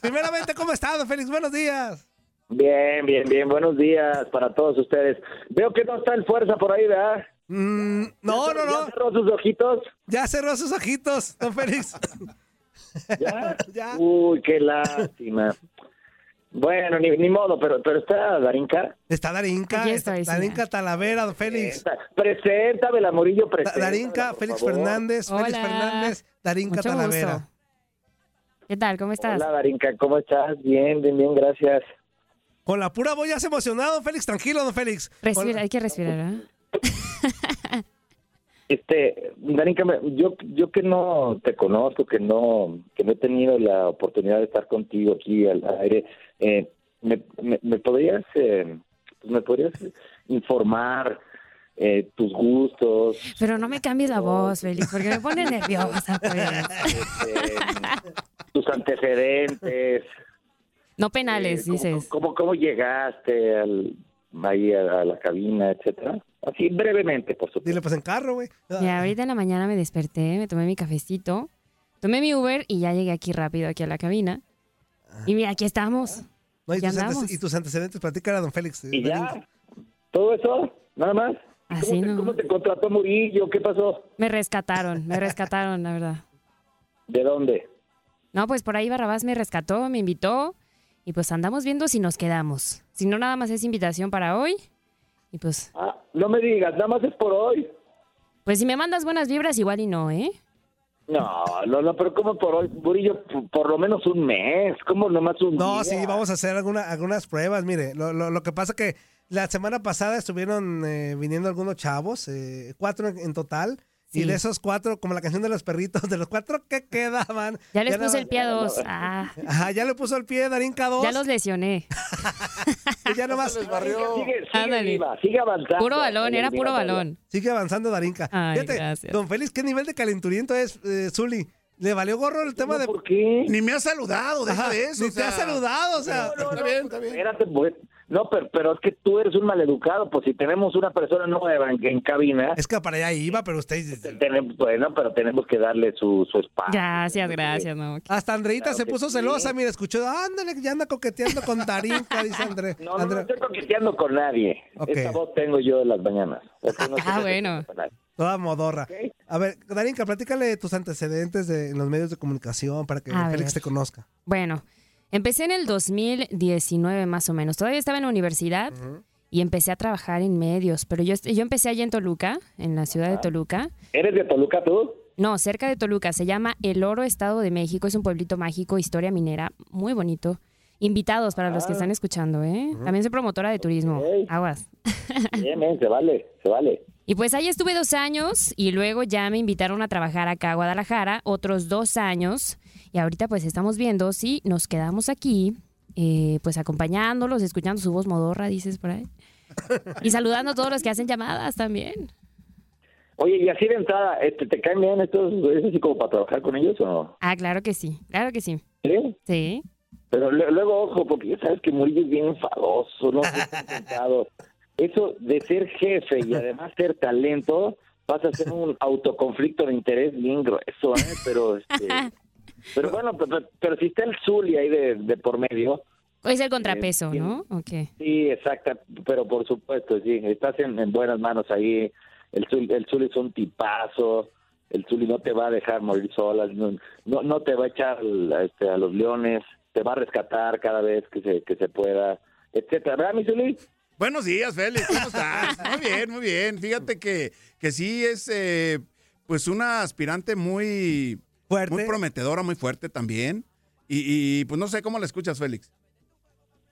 Primeramente, ¿cómo estás, don Félix? Buenos días.
Bien, bien, bien. Buenos días para todos ustedes. Veo que no está el fuerza por ahí, ¿verdad?
no, no, no.
¿Ya cerró sus ojitos?
Ya cerró sus ojitos, don Félix.
¿Ya?
pues
Uy, qué lástima. Bueno, ni, ni modo, pero, pero está Darinka.
Está Darinka. está Darinka Talavera, don Félix.
Preséntamela, Murillo,
Da-
preséntamela.
Darinka, Félix
favor.
Fernández, Félix
Hola.
Fernández, Darinka
Mucho
Talavera.
gusto. ¿Qué tal? ¿Cómo estás?
Hola, Darinka, ¿cómo estás? Bien, bien, bien, gracias.
Con la pura voz ya has emocionado, don Félix. Tranquilo, don Félix.
Respira,
Con-
hay que respirar, ¿ah?
Este, Darinka, me- yo, yo que no te conozco, que no, que no he tenido la oportunidad de estar contigo aquí al aire, eh, me, me- me podrías, eh, pues, me podrías informar eh, tus gustos.
Pero no me cambies la voz, Félix, porque me pone nerviosa. pues.
este, tus antecedentes.
No penales,
eh, cómo-
dices.
Cómo, cómo llegaste al, ahí a, a la cabina, etcétera? Así brevemente, por supuesto.
Dile, pues en carro, güey.
Ya, ahorita en la mañana me desperté, me tomé mi cafecito, tomé mi Uber y ya llegué aquí rápido, aquí a la cabina. Y mira, aquí estamos.
No, y,
Ya
tus antece-
andamos.
y tus antecedentes, platícala, don Félix.
¿Y ya? ¿Todo eso? ¿Nada más?
Así
¿Cómo, te,
no.
cómo te contrató Murillo? ¿Qué pasó?
Me rescataron, me rescataron, la verdad.
¿De dónde?
No, pues por ahí Barrabás me rescató, me invitó y pues andamos viendo si nos quedamos. Si no, nada más es invitación para hoy. Y pues,
Ah, no me digas, nada más es por hoy.
pues si me mandas buenas vibras, igual y no, ¿eh?
No, no, no, pero ¿cómo por hoy? Murillo, p- por lo menos un mes. ¿Cómo nomás un
No,
día?
sí, vamos a hacer alguna- algunas pruebas. Mire, lo, lo- lo que pasa que la semana pasada estuvieron eh, viniendo algunos chavos, eh, cuatro en, en total. Y
Sí.
de esos cuatro, como la canción de los perritos, de los cuatro que quedaban.
Ya les puse
nada
el pie a
más-
dos. Ah,
Ajá, ya le puso el pie Darinka 2.
ya los lesioné.
Y ya nomás.
Sigue, sigue,
Ándale.
viva, sigue avanzando.
Ah, Puro balón, era puro balón.
Sigue avanzando Darinka.
Ay,
Fíjate,
gracias.
don Félix, ¿qué nivel de calenturiento es, eh, Zuli? Le valió gorro el tema de...
¿Por qué?
Ni me ha saludado, deja
Ajá,
de eso.
ni
o
te
sea.
ha saludado, o sea...
Está bien, está bien.
Espérate, pues. No, pero, pero es que tú eres un maleducado, pues si tenemos una persona nueva en, en cabina,
Es que para allá iba, pero usted...
tenemos, bueno, pero tenemos que darle su, su espacio.
Gracias, gracias, no.
Ah,
Hasta Andreita
Claro
se
que
puso
sí.
celosa, mira, escuchó, ándale, ya anda coqueteando con Darinka, dice André.
No, no, no
André-
estoy coqueteando con nadie. Esa voz tengo yo de las mañanas. Eso no
Ah,
estoy
bueno.
coqueteando con nadie.
Toda modorra. A ver, Darinka, platícale tus antecedentes de, en los medios de comunicación para que
A ver.
Félix te conozca.
Bueno, empecé en el 2019 más o menos. Todavía estaba en la universidad y empecé a trabajar en medios, pero yo, est- yo empecé allá en Toluca, en la ciudad de Toluca.
¿Eres de Toluca tú?
No, cerca de Toluca, se llama El Oro, Estado de México, es un pueblito mágico, historia minera, muy bonito. Invitados para
Ah.
los que están escuchando, ¿eh? También soy promotora de turismo, aguas.
Bien, eh, se vale, se vale.
Y pues ahí estuve dos años y luego ya me invitaron a trabajar acá a Guadalajara, otros dos años. Y ahorita pues estamos viendo si nos quedamos aquí, eh, pues acompañándolos, escuchando su voz modorra, dices por ahí. Y saludando a todos los que hacen llamadas también.
Oye, y así de entrada, este, ¿te caen bien estos? ¿Es así como para trabajar con ellos o no?
Ah, claro que sí, claro que sí.
¿Sí?
Sí.
Pero lue- luego, ojo, porque ya sabes que Murillo es bien enfadoso, no sé, es encantado. eso de ser jefe y además ser talento pasa a ser un autoconflicto de interés bien grueso, ¿eh? Pero, este, pero bueno, pero, pero- pero si está el Zuli ahí de, de por medio,
Es el contrapeso,
Eh,
¿no? Ok.
sí, exacta, pero por supuesto, sí, estás en, en buenas manos ahí. El Zuli, el Zuli es un tipazo. El Zuli no te va a dejar morir sola, no, no, no te va a echar al- a este, a los leones, te va a rescatar cada vez que se, que se pueda, etcétera. ¿Verdad, mi Zuli?
Buenos días, Félix. ¿Cómo estás? Muy bien, muy bien. Fíjate que, que sí es eh, pues una aspirante muy, muy prometedora, muy fuerte también. Y, y, pues no sé cómo la escuchas, Félix.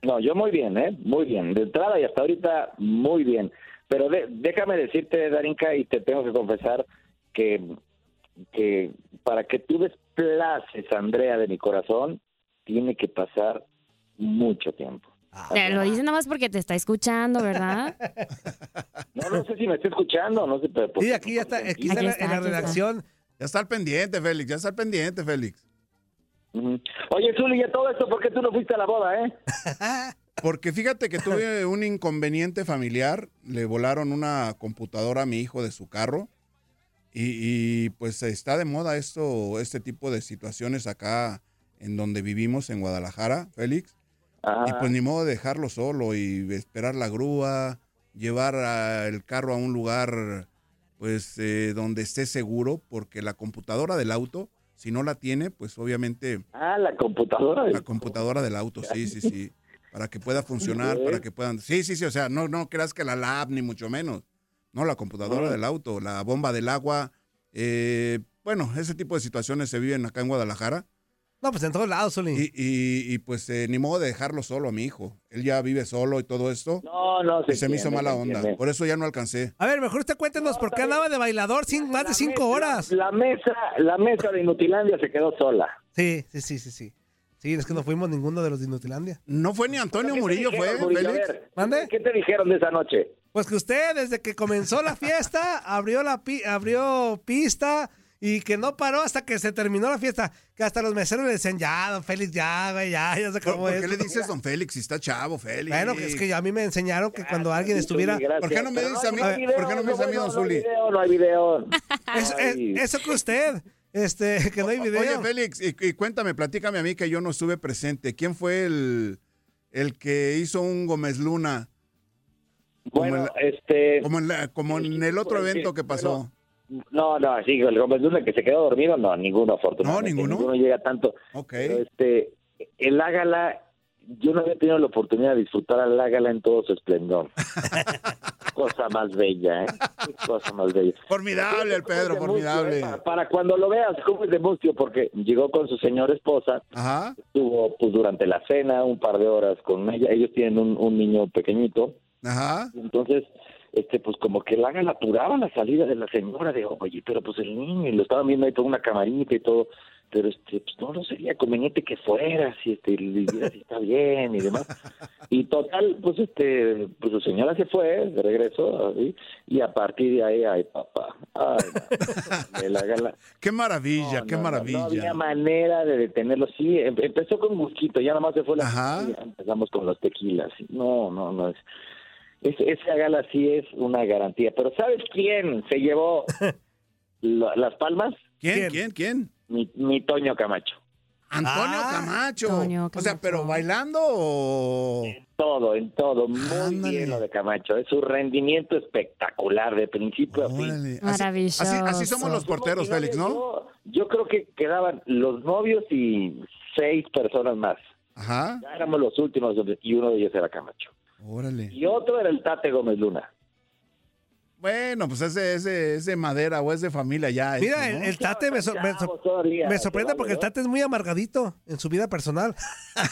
No, yo muy bien, ¿eh? Muy bien. De entrada y hasta ahorita, muy bien. Pero de- déjame decirte, Darinka, y te tengo que confesar que, que para que tú desplaces a Andrea de mi corazón, tiene que pasar mucho tiempo.
Te Lo dices nada más porque te está escuchando, ¿verdad?
No, no sé si me está escuchando, no sé, pero... pues,
Y aquí ya está,
aquí está Aquí la- está, en la aquí está. redacción.
Ya está al pendiente, Félix. Ya está al pendiente, Félix.
Oye, Zuli, ya todo esto, ¿por qué tú no fuiste a la boda, eh?
Porque fíjate que tuve un inconveniente familiar. Le volaron una computadora a mi hijo de su carro. Y, y, pues está de moda esto, este tipo de situaciones acá en donde vivimos, en Guadalajara, Félix.
Ah,
Ah.
Y pues ni modo de dejarlo solo y esperar la grúa, llevar a- el carro a un lugar pues eh, donde esté seguro, porque la computadora del auto, si no la tiene, pues obviamente...
Ah, la computadora del
La computadora del auto, sí, sí, sí. Para que pueda funcionar, para que puedan... Sí, sí, sí, o sea, no, no creas que la lab, ni mucho menos. No, la computadora
Ah.
del auto, la bomba del agua. eh, bueno, ese tipo de situaciones se viven acá en Guadalajara.
No, pues en todos lados, Solín.
Y, y- y, pues eh, ni modo de dejarlo solo a mi hijo. Él ya vive solo y todo esto.
No, no,
Y se me hizo mala onda. Por eso ya no alcancé.
A ver, mejor usted cuéntenos por qué andaba de bailador sin más de cinco horas.
La mesa, la mesa de Inutilandia se quedó sola.
Sí, sí, sí, sí, sí. Sí, es que no fuimos ninguno de los de Inutilandia.
No fue ni Antonio Murillo, fue Félix.
¿Mande?
¿Qué te dijeron de esa noche?
Pues que usted, desde que comenzó la fiesta, abrió la pi- abrió pista y que no paró hasta que se terminó la fiesta. Que hasta los meseros le decían, ya, don Félix, ya, güey, ya, ya
¿Por,
se acabó
por qué
esto".
le dices don Félix si está chavo, Félix?
Bueno, que es que a mí me enseñaron que cuando alguien estuviera...
pues, ¿Por qué no me dices a mí?
A ver,
¿Por qué no me dices a mí, don Zuli?
No hay video.
Eso, es- eso que usted, este, que no hay video.
Oye, Félix, y, y cuéntame, platícame a mí que yo no estuve presente. ¿Quién fue el, el que hizo un Gómez Luna?
Bueno, este...
Como en, la- como en el otro
pues,
evento
sí,
que pasó.
bueno, No, no, sí, el Gómez Luna que se quedó dormido, no, ninguno, afortunadamente.
No, ninguno.
llega tanto.
Ok.
Pero, este, el Ágala, yo no había tenido la oportunidad de disfrutar al Ágala en todo su esplendor. cosa más bella, ¿eh? Qué Cosa más bella.
Formidable el Pedro,
de Murcia,
formidable.
¿eh? Para, para cuando lo veas, ¿cómo es de Mustio? Porque llegó con su señora esposa,
Ajá.
estuvo pues, durante la cena un par de horas con ella, ellos tienen un, un niño pequeñito,
Ajá.
y entonces, este, pues como que la apuraba la salida de la señora, de oye, pero pues el niño, y lo estaban viendo ahí por una camarita y todo, pero este, pues no, no sería conveniente que fuera, si este, le diera si está bien y demás. Y total, pues este, pues su señora se fue, de regreso, así, y a partir de ahí, ay papá, ay, no, de la gala.
Qué maravilla,
No,
qué
no, no, No, había
maravilla.
manera de detenerlo. Sí, em- empezó con Mosquito, ya nada más se fue la. y ya Empezamos con los tequilas. No, no, no. Es, es- esa gala sí es una garantía. Pero ¿sabes quién se llevó la- las palmas?
¿Quién, quién, quién?
Mi, mi Toño Camacho.
Antonio Ah, Camacho. O sea, pero bailando o...
Todo, en todo. Muy lleno de Camacho. Es un rendimiento espectacular de principio a fin.
Maravilloso.
Así, así somos los porteros, Félix, ¿no?
Yo creo que quedaban los novios y seis personas más.
Ajá.
Ya éramos los últimos y uno de ellos era Camacho.
Órale.
Y otro era el Tate Gómez Luna.
Bueno, pues ese, ese, es de madera o es de familia ya.
Mira,
esto,
el,
¿no?
el Tate me, sor- me sor- me sorprende porque el Tate es muy amargadito en su vida personal.
¿Ah,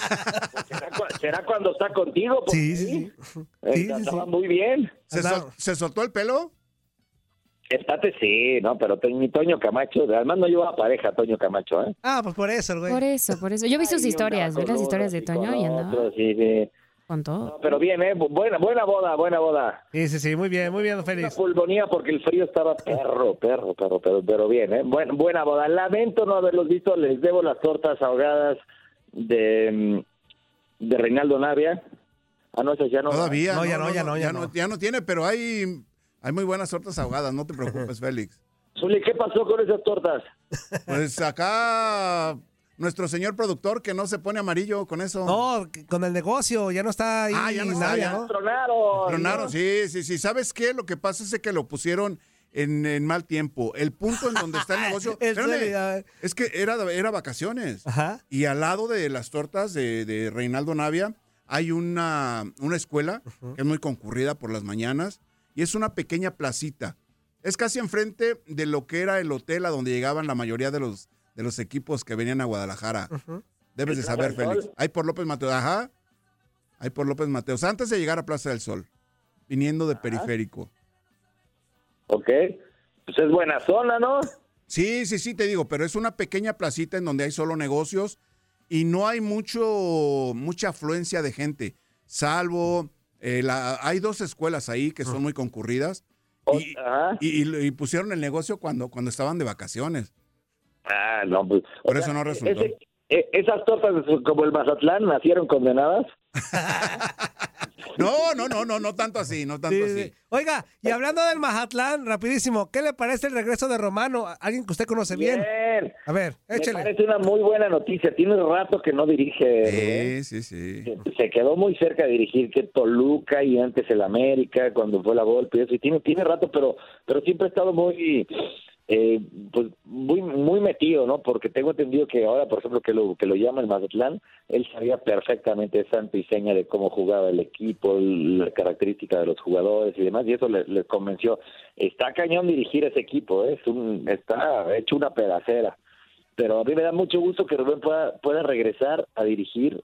¿Será, cu- será cuando está contigo? porque
Sí, sí, sí.
eh,
Sí, sí,
andaba
sí.
muy bien.
¿Se, sol- se soltó el pelo?
El Tate sí, no, pero to- mi Toño Camacho, además no llevaba pareja Toño Camacho, ¿eh?
Ah, pues por eso, el güey.
Por eso, por eso. Yo vi sus historias, vi las historias de Toño y andaba
Otro sí, sí.
con todo.
No, pero bien, ¿eh? Bu- Buena, buena boda, buena boda.
Sí, sí, sí, muy bien, muy bien, don
Una
Félix.
pulmonía porque el frío estaba perro, perro, perro, pero, pero bien, ¿eh? Buen- buena boda. Lamento no haberlos visto, les debo las tortas ahogadas de, mm, de Reinaldo Navia. Ah, no, esas ya no.
Todavía.
No,
no, ya no. Ya no tiene, pero hay, hay muy buenas tortas ahogadas, no te preocupes, Félix.
Zuli, ¿qué pasó con esas tortas?
Pues acá nuestro señor productor que no se pone amarillo con eso.
No, con el negocio, ya no está ahí.
Ah, ya no está,
nadie,
ya.
¿no?
Tronaron.
Tronaron, sí, sí, sí. ¿Sabes qué? Lo que pasa es que lo pusieron en, en mal tiempo. El punto en donde está el negocio.
En serio,
Espérame,
a ver.
es que era, era vacaciones.
Este, Ajá.
Y al lado de las tortas de, de Reinaldo Navia hay una, una escuela que es muy concurrida por las mañanas y es una pequeña placita. Es casi enfrente de lo que era el hotel a donde llegaban la mayoría de los, de los equipos que venían a Guadalajara. Debes de
¿El Plaza
saber,
del
Félix.
Sol?
Ahí por López Mateos. Ajá. Ahí por López Mateos. Antes de llegar a Plaza del Sol. Viniendo de periférico.
Ok. Pues es buena zona, ¿no?
Sí, sí, sí, te digo, pero es una pequeña placita en donde hay solo negocios y no hay mucho, mucha afluencia de gente, salvo, eh, la- hay dos escuelas ahí que
Ah.
son muy concurridas
Oh,
y, y- y- y pusieron el negocio cuando, cuando estaban de vacaciones.
Ah, no, pues.
Por eso no resultó.
Ese- e- esas tortas como el Mazatlán nacieron condenadas.
No, no, no, no, no tanto así, no tanto
Sí,
así.
sí. Oiga, y hablando del Mazatlán, rapidísimo, ¿qué le parece el regreso de Romano? Alguien que usted conoce bien.
Bien.
A ver,
Me
échele.
parece una muy buena noticia. Tiene rato que no dirige.
Sí, sí, sí.
Se- Se quedó muy cerca de dirigir que Toluca y antes el América cuando fue la golpe y eso. Y tiene, tiene rato, pero, pero siempre ha estado muy, eh, pues, muy, muy metido, ¿no? Porque tengo entendido que ahora, por ejemplo, que lo, que lo llama el Mazatlán, él sabía perfectamente santo y seña de cómo jugaba el equipo, la característica de los jugadores y demás, y eso les, les convenció. Está cañón dirigir ese equipo, ¿eh? es un, está hecho una pedacera. Pero a mí me da mucho gusto que Rubén pueda, pueda regresar a dirigir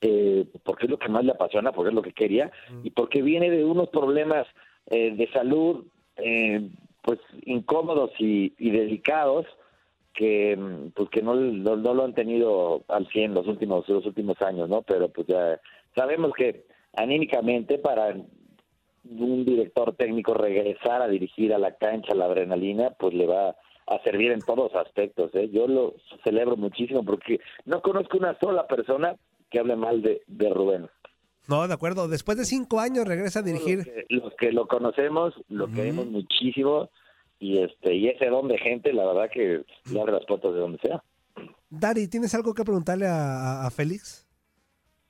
eh, porque es lo que más le apasiona, porque es lo que quería, y porque viene de unos problemas eh, de salud eh, pues incómodos y, y delicados que mm, pues que no, no, no lo han tenido al 100 los últimos los últimos años, ¿no? Pero pues ya sabemos que anímicamente para un director técnico regresar a dirigir a la cancha la adrenalina, pues le va a servir en todos aspectos. ¿eh? Yo lo celebro muchísimo porque no conozco una sola persona que hable mal de, de Rubén.
No, de acuerdo. Después de cinco años regresa a dirigir.
Eh, Los que lo conocemos, lo queremos muchísimo y este y ese don de gente, la verdad que le abre las puertas de donde sea.
Dari, ¿tienes algo que preguntarle a, a- a Félix?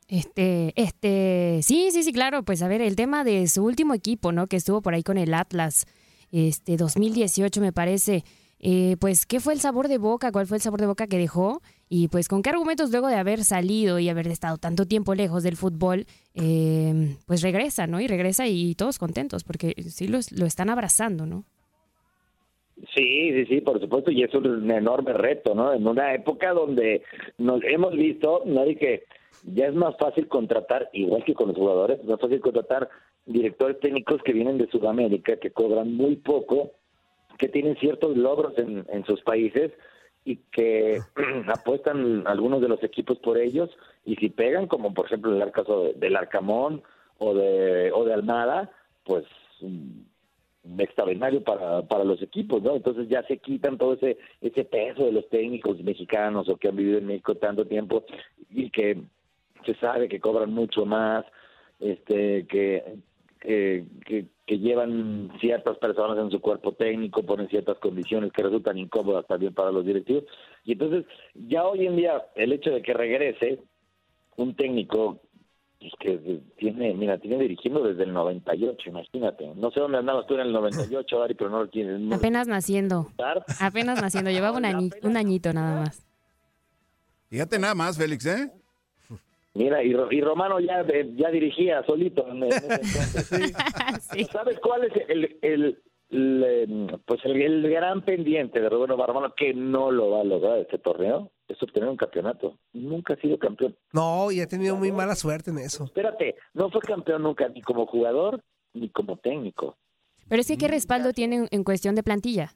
Este, este, sí, sí, sí, claro. Pues a ver, el tema de su último equipo, ¿no? Que estuvo por ahí con el Atlas, este, 2018 me parece. Eh, pues, ¿qué fue el sabor de boca? ¿Cuál fue el sabor de boca que dejó? Y pues, ¿con qué argumentos luego de haber salido y haber estado tanto tiempo lejos del fútbol, eh, pues regresa, ¿no? Y regresa y todos contentos, porque sí los- lo están abrazando, ¿no?
Sí, sí, sí, por supuesto, y es un enorme reto, ¿no? En una época donde nos hemos visto, nadie que ya es más fácil contratar, igual que con los jugadores, es más fácil contratar directores técnicos que vienen de Sudamérica, que cobran muy poco, que tienen ciertos logros en, en sus países y que apuestan algunos de los equipos por ellos y si pegan, como por ejemplo en el caso de- del Arcamón o de, o de Almada, pues extraordinario para, para los equipos, ¿no? Entonces ya se quitan todo ese, ese peso de los técnicos mexicanos o que han vivido en México tanto tiempo y que se sabe que cobran mucho más, este, que, que, que- que llevan ciertas personas en su cuerpo técnico, ponen ciertas condiciones que resultan incómodas también para los directivos. Y entonces ya hoy en día el hecho de que regrese un técnico pues, que tiene, mira, tiene dirigiendo desde el 98, imagínate. No sé dónde andabas tú en el 98, Ari, pero no lo tienes. no lo
Apenas naciendo.
tienes.
Apenas naciendo. Llevaba un, añi- un añito nada más.
Fíjate nada más, Félix, ¿eh?
Mira, y, Ro- y Romano ya, eh, ya dirigía solito en, en ese entonces. ¿Sabes cuál es el, el, el, em, pues el, el gran pendiente de Rubén Barmano que no lo va a lograr este torneo? Es obtener un campeonato. Nunca ha sido campeón.
No, y ha tenido muy mala suerte en eso.
Espérate, no fue campeón nunca ni como jugador ni como técnico.
Pero es que qué respaldo tienen en cuestión de plantilla.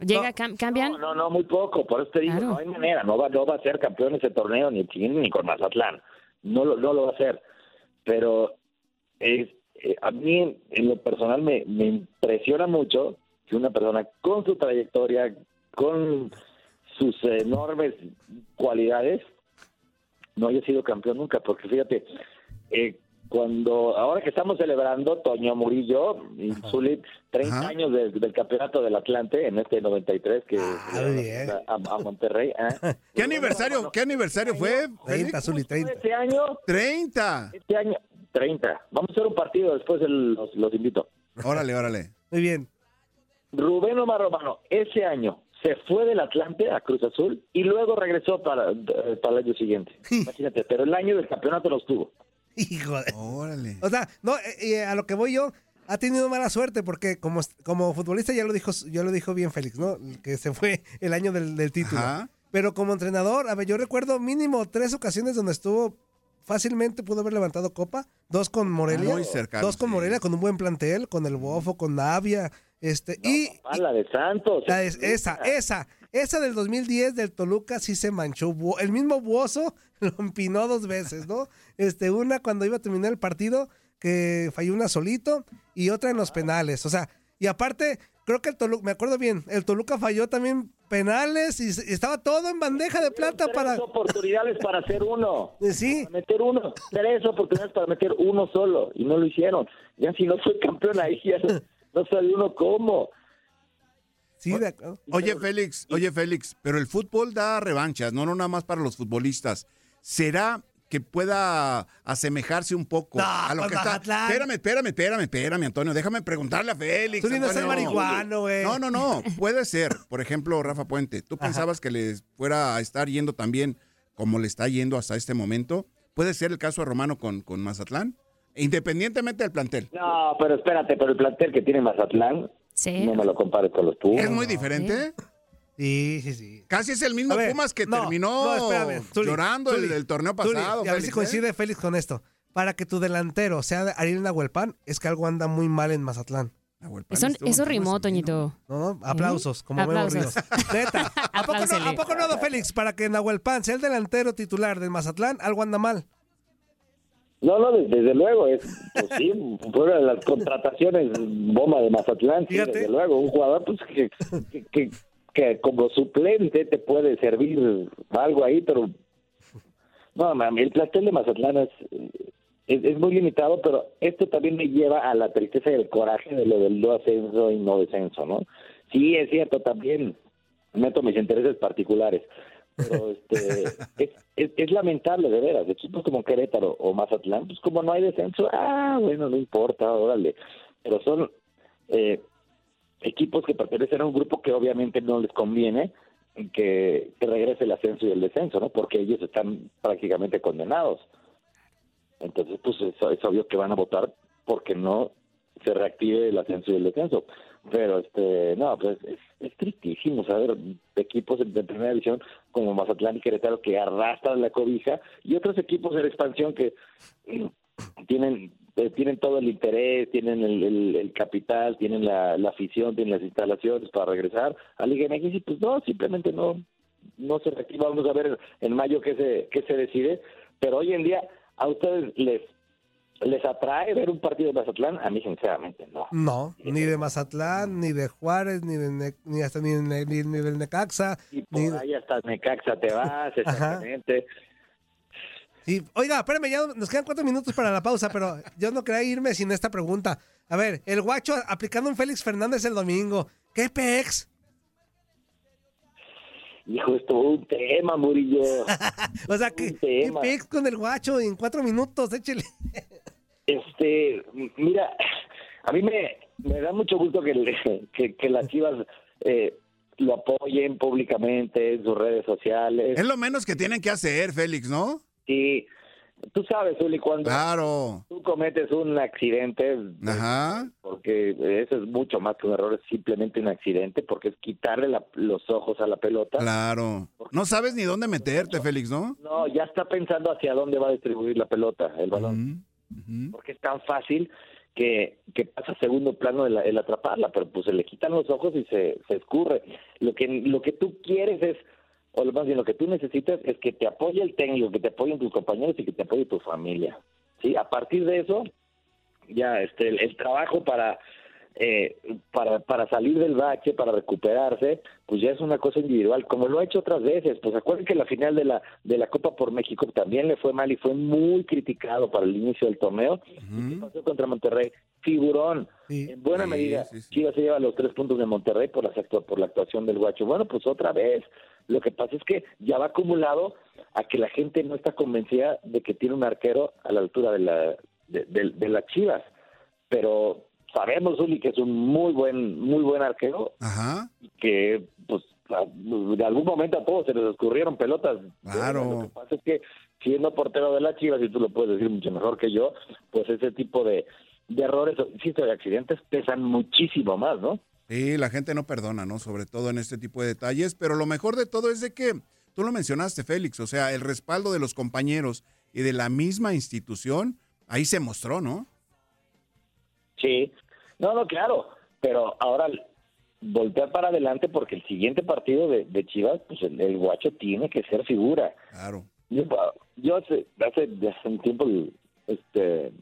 Llega, cam- cambian.
No, no, muy poco. Por eso te digo,
Claro.
no hay manera. No va, no va a ser campeón ese torneo ni Chile ni con Mazatlán. No lo, no lo va a hacer. Pero es, eh, a mí, en, en lo personal, me, me impresiona mucho que una persona con su trayectoria, con sus enormes cualidades, no haya sido campeón nunca. Porque fíjate, eh, cuando ahora que estamos celebrando Toño Murillo y Zulit 30 años del- del campeonato del Atlante en este 93 que a, a Monterrey ¿eh?
¿Qué aniversario, ¿qué aniversario fue? 30, Zuli, 30.
Este año.
30.
Este año, 30. Vamos a hacer un partido, después el- los, los invito.
Órale, órale.
Muy bien.
Rubén Omar Romano, ese año se fue del Atlante a Cruz Azul y luego regresó para, eh, para el año siguiente. Imagínate, pero el año del campeonato lo estuvo.
Hijo de...
Órale.
O sea, no, eh, eh, a lo que voy yo, ha tenido mala suerte porque como, como futbolista ya lo dijo, ya lo dijo bien Félix, ¿no? Que se fue el año del, del título.
Ajá.
Pero como entrenador, a ver, yo recuerdo mínimo tres ocasiones donde estuvo fácilmente pudo haber levantado copa, dos con Morelia,
Muy Ah, cercano,
dos con Morelia con un buen plantel, con el Bofo, con Navia, este y
Ah, la de Santos. eh,
la es- esa, esa, esa del 2010 del Toluca sí se manchó. Bo- El mismo Buoso lo empinó dos veces, ¿no? Este, una cuando iba a terminar el partido, que falló una solito, y otra en los penales. O sea, y aparte, creo que el Toluca, me acuerdo bien, el Toluca falló también penales y se- estaba todo en bandeja de plata para.
oportunidades para hacer uno.
Sí.
Para meter uno. Tres oportunidades para meter uno solo. Y no lo hicieron. Ya si no soy campeón ahí, ya no, no sabe uno cómo.
Sí, de acuerdo.
Oye, Félix, oye, Félix, pero el fútbol da revanchas, no, no nada más para los futbolistas. ¿Será que pueda asemejarse un poco a lo
pues,
que está?
Mazatlán.
Espérame, espérame, espérame, espérame, Antonio, déjame preguntarle a Félix.
Tú ni no seas
Antonio.
marihuano, güey.
No, no, no, puede ser. Por ejemplo, Rafa Puente, ¿tú pensabas que les fuera a estar yendo también como le está yendo hasta este momento? ¿Puede ser el caso de Romano con, con Mazatlán? Independientemente del plantel.
No, pero espérate, pero el plantel que tiene Mazatlán, no me lo compares con los tuyos.
¿Es muy diferente?
Sí, sí, sí.
Casi es el mismo
A ver,
Pumas que
no,
terminó
no, espérame, Zuli,
llorando
Zuli,
el, el torneo
Zuli,
pasado.
y a ver
Félix,
si
¿eh?
coincide Félix con esto. Para que tu delantero sea de Ariel Nahuelpan, es que algo anda muy mal en Mazatlán.
Eso, eso rimó, Toñito.
No, aplausos, como Memo
Aplausos.
Ríos. Neta, ¿a poco, no, ¿a poco no, don Félix? Para que Nahuelpan sea el delantero titular del Mazatlán, algo anda mal.
No, no, desde, desde luego, es, pues sí, fueron las contrataciones bomba de Mazatlán, sí,
Fíjate.
desde luego, un jugador pues que, que, que- que como suplente te puede servir algo ahí, pero no, mami, el plantel de Mazatlán es, es, es muy limitado, pero esto también me lleva a la tristeza y el coraje de lo del no ascenso y no descenso, ¿no? Sí, es cierto, también meto mis intereses particulares, pero este, es, es- es lamentable, de veras. Equipos como Querétaro o Mazatlán, pues como no hay descenso, ah, bueno, no importa, órale. Pero son eh, equipos que pertenecen a un grupo que obviamente no les conviene que, que regrese el ascenso y el descenso, ¿no? Porque ellos están prácticamente condenados. Entonces, pues es, es obvio que van a votar porque no se reactive el ascenso y el descenso. Pero, este, no, pues es, es tristísimo saber de equipos de primera división como Mazatlán y Querétaro que arrastran la cobija y otros equipos de la expansión que mm, tienen eh, tienen todo el interés, tienen el, el- el capital, tienen la, la afición, tienen las instalaciones para regresar a Liga MX y pues no, simplemente no no se reactiva. Vamos a ver en mayo qué se, qué se decide, pero hoy en día a ustedes les les atrae ver un partido de Mazatlán, a mí sinceramente no.
No, ni de Mazatlán, ni de Juárez, ni de Ne- ni hasta ni, de Ne- ni- ni del Necaxa. ni-
Por ahí hasta Necaxa te vas, exactamente.
Sí, oiga, espérame, ya nos quedan cuatro minutos para la pausa, pero yo no quería irme sin esta pregunta. A ver, el guacho aplicando un Félix Fernández el domingo. ¿Qué pex?
Hijo, es todo un tema, Murillo.
O sea, ¿qué, qué
tema.
pex con el guacho en cuatro minutos? Échale.
Este, m- mira, a mí me, me da mucho gusto que, el- que, que las chivas eh, lo apoyen públicamente en sus redes sociales.
Es lo menos que tienen que hacer, Félix, ¿no?
Sí. Tú sabes, Uli, cuando
Claro.
tú cometes un accidente,
Ajá.
porque eso es mucho más que un error, es simplemente un accidente, porque es quitarle la- los ojos a la pelota.
Claro. No sabes ni dónde meterte, Félix, ¿no?
No, ya está pensando hacia dónde va a distribuir la pelota, el balón. Porque es tan fácil que, que pasa a segundo plano el, el atraparla, pero pues se le quitan los ojos y se, se escurre. Lo que, lo que tú quieres es, o lo más bien lo que tú necesitas es que te apoye el técnico, que te apoyen tus compañeros y que te apoye tu familia. ¿sí? A partir de eso, ya este, el, el trabajo para eh, para, para salir del bache, para recuperarse, pues ya es una cosa individual, como lo ha hecho otras veces. Pues acuérdense que la final de la, de la Copa por México también le fue mal y fue muy criticado para el inicio del torneo. ¿Y qué pasó contra Monterrey? Figurón. En buena
Sí,
medida,
sí, sí.
Chivas se lleva los tres puntos de Monterrey por, las actua- por la actuación del guacho. Bueno, pues otra vez. Lo que pasa es que ya va acumulado a que la gente no está convencida de que tiene un arquero a la altura de, la, de, de- de las Chivas. Pero sabemos, Uli, que es un muy buen, muy buen arquero
Ajá.
y que pues a- de algún momento a todos se les ocurrieron pelotas. Claro. Lo que pasa es que siendo portero de las Chivas, y tú lo puedes decir mucho mejor que yo, pues ese tipo de, de errores, insisto, de accidentes pesan muchísimo más, ¿no?
Sí, la gente no perdona, ¿no? Sobre todo en este tipo de detalles, pero lo mejor de todo es de que, tú lo mencionaste, Félix, o sea, el respaldo de los compañeros y de la misma institución, ahí se mostró, ¿no?
Sí, no, no, claro, pero ahora voltear para adelante porque el siguiente partido de, de Chivas, pues el, el guacho tiene que ser figura.
Claro.
Yo, yo hace, hace, hace un tiempo este,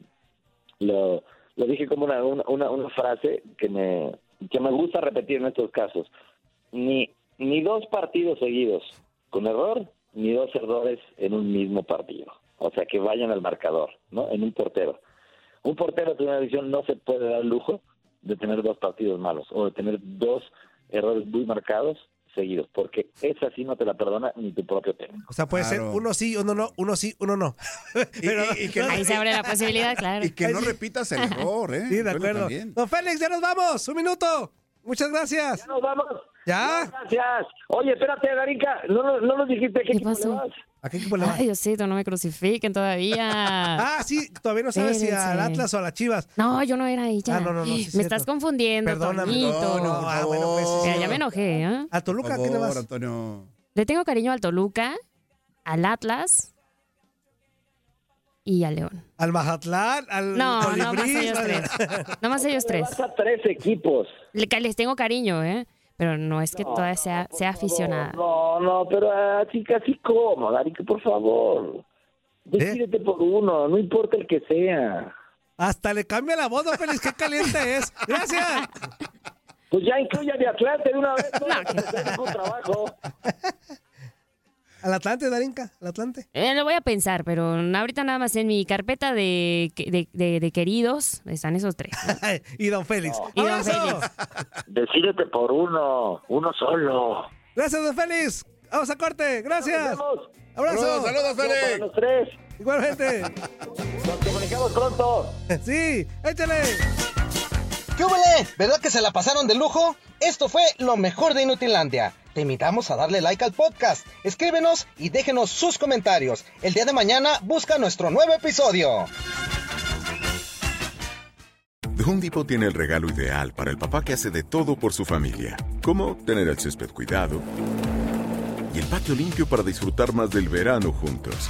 lo, lo dije como una, una, una- una frase que me, que me gusta repetir en estos casos. Ni, ni dos partidos seguidos con error, ni dos errores en un mismo partido. O sea, que vayan al marcador, ¿no? En un portero. Un portero de primera división no se puede dar el lujo de tener dos partidos malos o de tener dos errores muy marcados seguidos, porque esa sí no te la perdona ni tu propio técnico.
O sea, puede ser uno sí, uno no, uno sí, uno no.
Ahí se abre la posibilidad, claro.
repitas el error, ¿eh?
Sí, de
Bueno,
acuerdo.
también.
Don Félix, ya nos vamos. Un minuto. Muchas gracias. Ya
nos vamos.
Ya.
Gracias. Oye, espérate, Garinca. No, no, no nos dijiste qué, equipo le vas.
¿A qué equipo le
Ay, Diosito, no me crucifiquen todavía.
Ah, sí, todavía no sabes si al
Espérense.
Atlas o a las Chivas.
No, yo no era ella.
Ah, no, no, no, sí,
me
cierto.
estás confundiendo,
Perdóname.
Toñito.
No, no, por ah, bueno, pues, sí,
Mira, ya
cierto.
me enojé, ¿eh?
¿A Toluca
Por
qué le
favor,
vas?
Antonio.
Le tengo cariño al Toluca, al Atlas y al León.
Al Mazatlán, al
No, no,
Colibrí,
más ellos
al-
tres. Nomás ellos tres.
a tres equipos.
Le- que Les tengo cariño, ¿eh? Pero no es que todavía sea, sea aficionada.
No, no, pero así casi como, Garinca, por favor.
¿Eh?
Decídete por uno, no importa el que sea.
Hasta le cambia la voz, don Félix, qué caliente es. Gracias.
Pues ya incluya de Atlante de una vez. No, trabajo.
Al Atlante, Darinka, al Atlante.
Eh, lo voy a pensar, pero ahorita nada más en mi carpeta de, que- de, de- de queridos están esos tres.
y don Félix.
Y don Félix.
Decídete por uno, uno solo.
Gracias, don Félix. Vamos a corte. Gracias. Abrazo.
Saludos, saludos, Félix. Saludos para los
tres.
Igualmente.
Nos comunicamos pronto.
Sí, échale.
¿Qué hubole? ¿Verdad que se la pasaron de lujo? Esto fue lo mejor de Inutilandia. Te invitamos a darle like al podcast. Escríbenos y déjenos sus comentarios. El día de mañana busca nuestro nuevo episodio.
The Home Depot tiene el regalo ideal para el papá que hace de todo por su familia, como tener el césped cuidado y el patio limpio para disfrutar más del verano juntos.